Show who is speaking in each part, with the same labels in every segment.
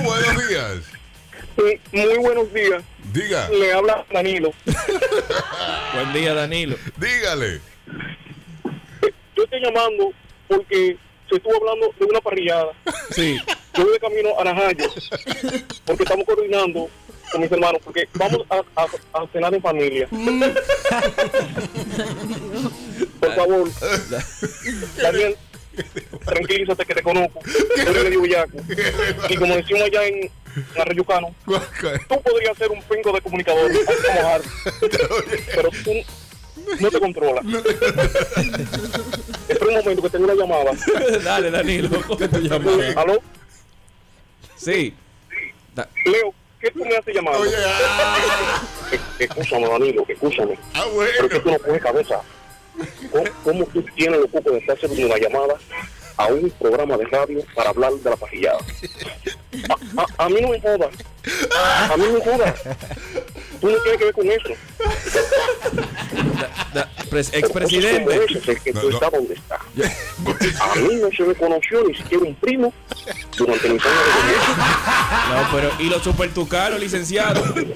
Speaker 1: días.
Speaker 2: Muy buenos días.
Speaker 1: Diga.
Speaker 2: Le habla Danilo.
Speaker 3: Buen día, Danilo.
Speaker 1: Dígale.
Speaker 2: Yo estoy llamando porque se estuvo hablando de una parrillada.
Speaker 3: Sí.
Speaker 2: Yo voy de camino a Najayo porque estamos coordinando con mis hermanos porque vamos a, a- a cenar en familia. Por favor, Daniel, tranquilízate que te conozco. Yo le digo yaco. Y como decimos allá en Arroyucano, tú podrías ser un pingo de comunicador así como Harry, pero tú no te controlas. Espera un momento que tengo una llamada.
Speaker 3: Dale, Danilo. coge tu llamada.
Speaker 2: ¿Aló?
Speaker 3: Sí. Da-
Speaker 2: Leo, ¿qué tú me haces llamando?
Speaker 1: Oye, ah,
Speaker 2: Escúchame, Danilo, que escúchame.
Speaker 1: ah,
Speaker 2: Porque tú
Speaker 1: bueno.
Speaker 2: no coges cabeza. ¿Cómo, cómo tú tienes los cocos de estar haciendo una llamada a un programa de radio para hablar de la pajillada? A, a- a mí no me jodas. A mí no me jodas. Tú no tienes que ver con eso.
Speaker 3: da- pres-
Speaker 2: Cosas como
Speaker 3: Expresidente.
Speaker 2: esas, el que
Speaker 1: No,
Speaker 2: tú
Speaker 1: no.
Speaker 2: estás donde estás. A mí no se me conoció ni siquiera un primo durante mis años de gobierno.
Speaker 3: No, pero ¿y los supertucanos, licenciado?
Speaker 2: Ahí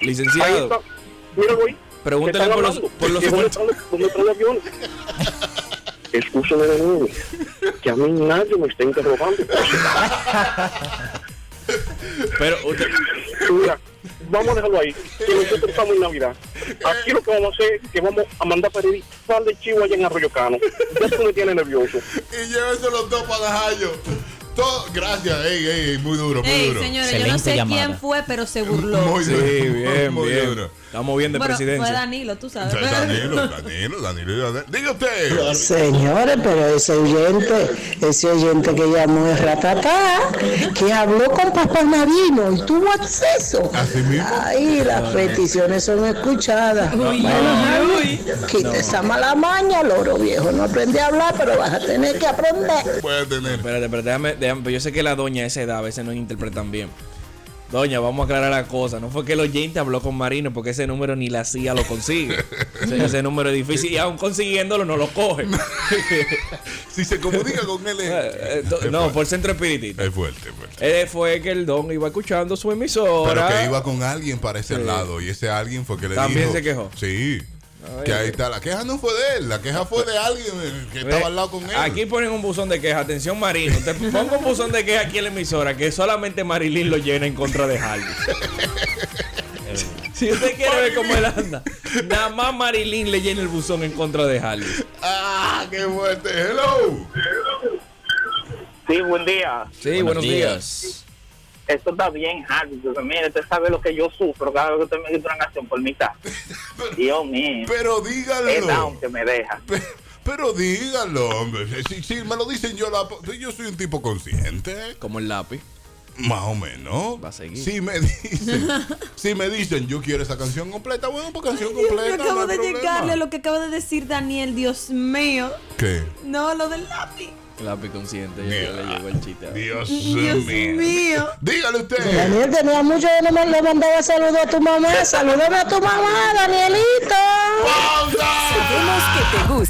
Speaker 3: Licenciado,
Speaker 2: está. Míralo ahí.
Speaker 3: Pregúntale
Speaker 2: Están
Speaker 3: por los-
Speaker 2: hablando.
Speaker 3: por los
Speaker 2: ¿Dónde
Speaker 3: supuestos-
Speaker 2: están los- dónde están los aviones? Excúsame de nuevo. Que a mí nadie me está interrogando.
Speaker 3: pero usted,
Speaker 2: Mira, vamos a dejarlo ahí. Que nosotros estamos en Navidad. Aquí lo que vamos a hacer es que vamos a mandar para ir sal de chivo allá en Arroyo Cano. Ya tú me tienes nervioso.
Speaker 1: Y llévese los dos para Najayo. Todo, gracias, ey, ey, ey, muy duro, muy
Speaker 4: Ey,
Speaker 1: duro.
Speaker 4: señores, yo no
Speaker 5: Excelente
Speaker 4: sé
Speaker 5: llamada.
Speaker 4: quién fue, pero se burló.
Speaker 1: Muy
Speaker 3: sí,
Speaker 1: duro, muy,
Speaker 3: bien,
Speaker 1: muy
Speaker 3: bien.
Speaker 1: duro.
Speaker 3: Estamos bien de
Speaker 4: bueno, fue
Speaker 3: presidencia.
Speaker 4: Danilo, tú sabes.
Speaker 1: Danilo, Danilo, Danilo, Danilo. Diga usted.
Speaker 6: Señores, pero ese oyente, ese oyente que llamó es ratatá, que habló con Papá Marino y tuvo acceso.
Speaker 1: Así mismo.
Speaker 6: Ahí las peticiones son escuchadas.
Speaker 4: Uy, uy.
Speaker 6: Quita esa mala maña, loro viejo. No aprendí a hablar, pero vas a tener que aprender.
Speaker 1: Puede tener.
Speaker 3: Espérate, pero déjame, déjame, pero yo sé que la doña a esa edad a veces no interpretan bien. Doña, vamos a aclarar la cosa. No fue que el oyente habló con Marino, porque ese número ni la CIA lo consigue. O sea, ese número es difícil y aún consiguiéndolo no lo coge.
Speaker 1: Si se comunica con él,
Speaker 3: Eh, eh,
Speaker 1: es,
Speaker 3: do- no, por centro espiritista.
Speaker 1: es fuerte, fuerte.
Speaker 3: Eh, fue que el don iba escuchando su
Speaker 1: Pero
Speaker 3: emisora.
Speaker 1: que iba con alguien para ese
Speaker 3: Sí.
Speaker 1: lado y ese alguien fue que le
Speaker 3: También
Speaker 1: dijo.
Speaker 3: se quejó.
Speaker 1: Sí.
Speaker 3: Ay,
Speaker 1: que ahí
Speaker 3: ay.
Speaker 1: está. La queja no fue de él, la queja fue de alguien eh, que estaba al lado con él.
Speaker 3: Aquí ponen un buzón de queja. Atención, Marino. Te pongo un buzón de queja aquí en la emisora que solamente Marilyn lo llena en contra de Harvey. si usted quiere ver cómo él anda, nada más Marilyn le llena el buzón en contra de Harvey.
Speaker 1: ¡Ah, qué fuerte! ¡Hello!
Speaker 7: Sí, buen día.
Speaker 3: Sí, buenos,
Speaker 5: Buenos
Speaker 3: días.
Speaker 7: Esto está bien, Harvey. Porque, mire, usted sabe lo que yo sufro cada vez que usted me quita una canción por mitad. Dios mío.
Speaker 1: Pero
Speaker 7: Es
Speaker 1: díganlo.
Speaker 7: down que me deja.
Speaker 1: Pe- Pero díganlo, hombre. Eh, Si, si me lo dicen, yo la, yo soy un tipo consciente.
Speaker 3: Como el lápiz.
Speaker 1: Más o menos.
Speaker 3: Va a seguir.
Speaker 1: Si me dicen, si me dicen, yo quiero esa canción completa, bueno, pues canción
Speaker 4: Yo
Speaker 1: completa. no
Speaker 4: acabo
Speaker 1: hay
Speaker 4: de
Speaker 1: problema.
Speaker 4: llegarle a lo que acaba de decir Daniel, Dios mío.
Speaker 1: ¿Qué?
Speaker 4: No, lo del lápiz.
Speaker 3: Lápiz consciente. Yo, yo le llevo el chiste.
Speaker 1: Dios,
Speaker 4: Dios
Speaker 1: mío.
Speaker 4: mío.
Speaker 1: Dígale usted.
Speaker 6: Daniel tenía mucho que no me le mandaba saludos a tu mamá. Saludame a tu mamá, Danielito.
Speaker 1: ¡Pausa!
Speaker 8: Queremos que te guste.